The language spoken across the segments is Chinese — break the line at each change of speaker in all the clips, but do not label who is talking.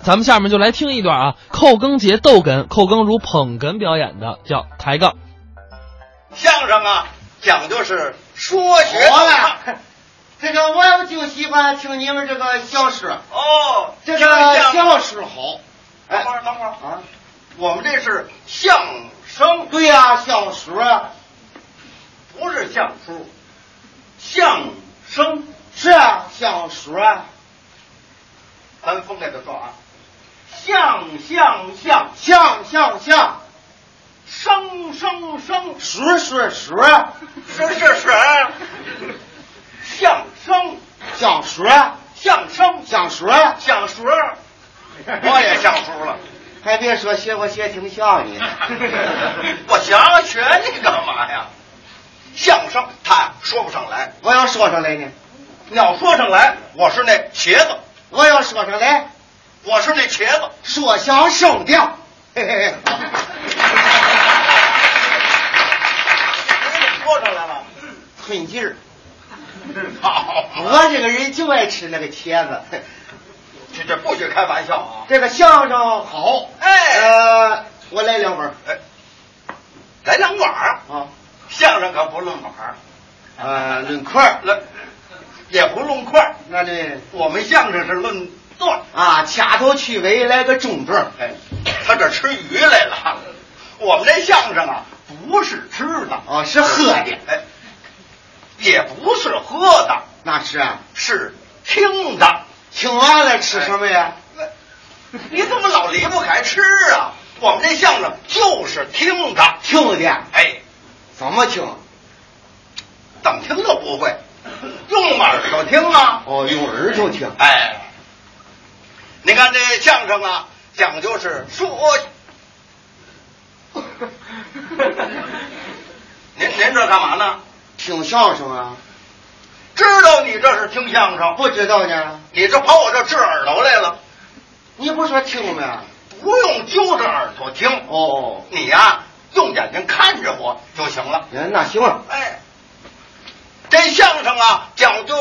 咱们下面就来听一段啊，寇更节逗哏，寇更如捧哏表演的叫抬杠。
相声啊，讲究是说学逗 唱。
这个我就喜欢听你们这个小诗，
哦，
这
听
个
相
小诗好。
等会
哎
儿，等会儿，
啊，
我们这是相声，
对呀、小诗
啊不是相书。相声，
是啊，小诗
咱分开的说啊，相相相，
像像像，
生生生，
诗是诗，
啊是是啊是， 相声，
小诗
相声，
小诗，
相书，我也相书 了。
还别说，学我学挺像 你。
我想学你干嘛呀？相声他说不上来，
我要说上来呢，
你要说上来，我是那茄子，
我要说上来，
我是那茄子。
说相声的。嘿嘿嘿，
说上来了，
寸劲儿。
好嘛，
我这个人就爱吃那个茄子。
这这不许开玩笑啊！
这个相声好，
哎
呃，我来两本儿
哎，来两碗儿
啊，
相声可不论碗儿，
呃，论块儿，
论也不论块儿
那这
我们相声是论段儿。
啊，掐头去尾来个中段儿，
哎，他这吃鱼来了。我们这相声啊，不是吃的
哦是喝的
哎，也不是喝的，
那是啊，
是听的。哎
听完了吃什么呀？
你怎么老离不开吃啊？我们这相声就是听的，
听的，
哎，
怎么听？
怎么听都不会，用耳朵听啊。
哦，用耳朵 听。
哎，你看这相声啊，讲究是说。您您这干嘛呢？
听相声啊？
知道你这是听相声，
不知道呢？
你这跑我这治耳朵来了，
你不说听啊吗？
不用揪着耳朵听，
哦，
你呀、用眼睛看着我就行了。
那那行了，
哎，这相声啊讲究，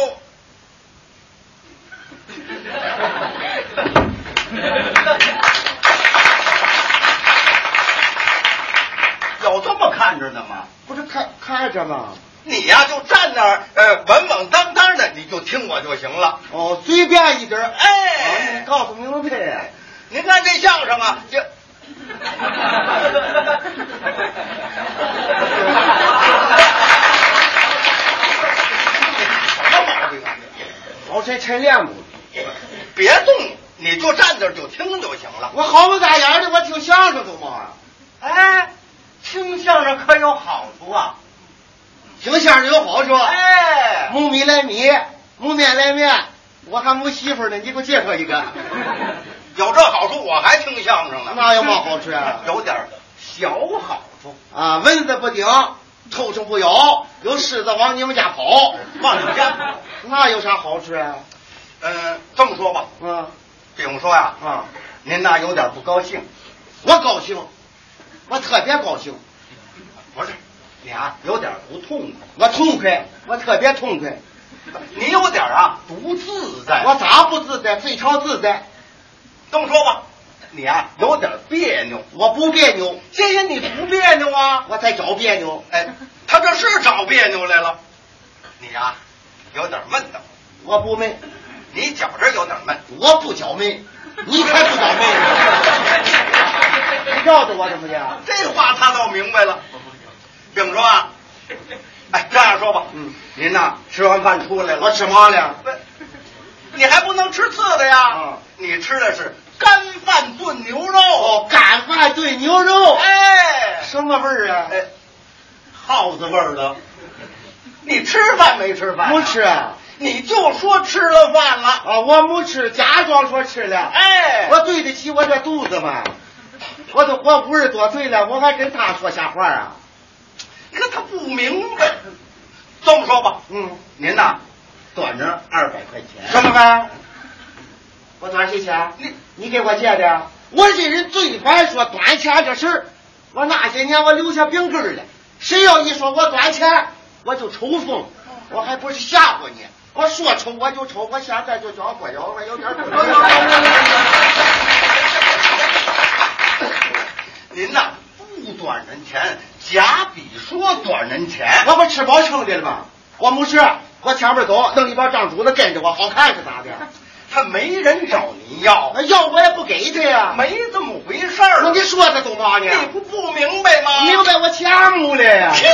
有这么看着的吗？
不是看看着吗？
你呀、就站那儿，呃，稳稳当当的，你就听我就行了。
哦，随便一点儿。
哎
哦你告诉明白。
您看这相声啊，这。什么毛病啊
老谁抻练不？
你？ 别动，你就站那儿就听就行了。
我好不咋样的，我听相声都嘛。
哎，听相声可有好处啊！
听相声有好处，
哎，
木米来米，木面来面。我还没媳妇呢，你给我介绍一个。
有这好处，我还听相声呢。
那有嘛好处呀
有点儿小好处，
啊，蚊子不叮，臭虫不咬，有虱子往你们家跑，
往你家。
那有啥好处啊？
嗯，这么说吧，
啊
比如说呀，
啊，
您呐有点不高兴，
我高兴，我特别高兴，
不是，你啊有点不痛快，
我痛快，我特别痛快，
你有点啊不自在。
我咋不自在？非常自在，
这么说吧，你啊有点别扭，
我不别扭，
这人你不别扭啊？
我才找别扭。
哎，他这是找别扭来了。你呀、有点闷的，
我不闷，
你觉着有点闷。
我不搅闷，你才不搅闷，你绕着我怎么 的？啊
这话他倒明白了。怎么说 啊？哎，这样说吧，
嗯，
您呐吃完饭出来了，啊
我吃嘛了？
不 你还不能吃刺的呀？
嗯
你吃的是干饭炖牛肉，
干饭炖牛肉，
哎
什么味儿啊？
哎，耗子味儿的。你吃饭没吃饭？
不吃。啊，
你就说吃了饭了。
我没吃，假装说吃了。
哎，
我对得起我这肚子吗？我都活五十多岁了，我还跟他说瞎话啊？
你看他不明白。这么说吧，
嗯，
您呐，短着二百块钱
什么饭？我哪去钱？
你
啊你给我借的？啊我这人最烦说短钱这事儿。我那些年我留下病根儿了，谁要一说我短钱，我就抽风。我还不是吓唬你？我说抽我就抽，我现在就觉火药，我有点儿。
钱，假比说短人钱。
我不吃饱撑的了吗？我没事，我前边走，弄一帮账主子跟着我，好看是咋的？
他没人找您要，
那要我也不给他呀。
没这么回事儿。
那你说他懂吗？你
你不不明白吗？
明白我钱母了呀？
切！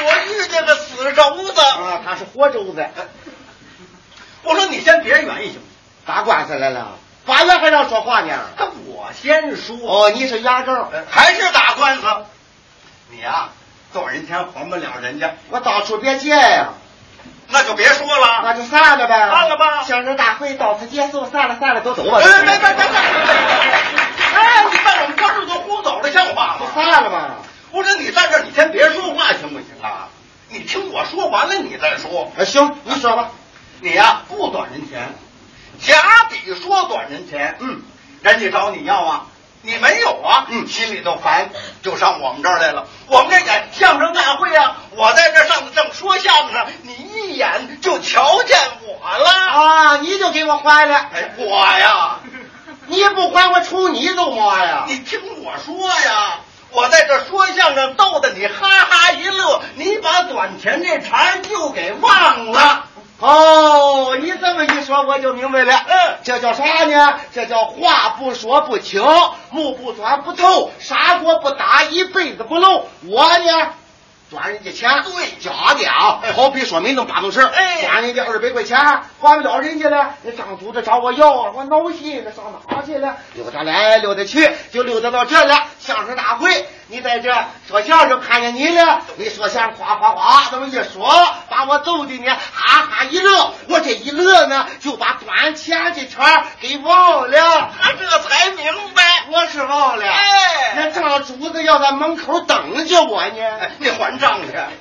我遇见个死轴子，
啊，他是活粥子，
呃我说你先别远一行吗？
打官司来了，法院还让说话呢。
那我先说，
哦，你是原告，
还是打官司？你呀、短人钱还不了人家，
我当初别借呀，
那就别说了。
啊那就散了呗。
散了吧
乡绅大会到此结束，散了散了，都走吧。
哎，别别别别别！哎，你把我们观众都轰走了，像话
就
吗？
散了吧。
不是你站这儿，你先别说话行不行啊？你听我说完了，你再说。
哎，行，你说吧。
你呀、不啊短人钱，假比说短人钱，
嗯，
人家找你要啊，你没有啊，
嗯
心里头烦，就上我们这儿来了。我们这演相声大会啊，我在这上头正说相声，你一眼就瞧见我了。
啊，你就给我还了，
哎，我呀，
你不还我抽你走嘛呀？
你听我说呀。我在这说相声，逗得你哈哈一乐，你把短钱这茬儿就给忘了。
哦，你这么一说我就明白了。
嗯
这叫啥呢？这叫话不说不清，目不转不透，砂锅不打一辈子不漏。我呢，转人家钱，
对
假的啊，好比说没那么大回事儿
哎
转人家二百块钱，还不了人家了。那张主子找我要啊，我闹心了，上哪去了？溜达来溜达去，就溜达到这了。相声大会，你在这说相声看见你了，你说相声哗哗哗，这么一说，把我逗的呢哈哈一乐。我这一乐呢，就把短钱这茬儿给忘了。
他啊这才明白，
我是忘了，
哎
那张主子要在门口等着我呢。
哎，你还账去。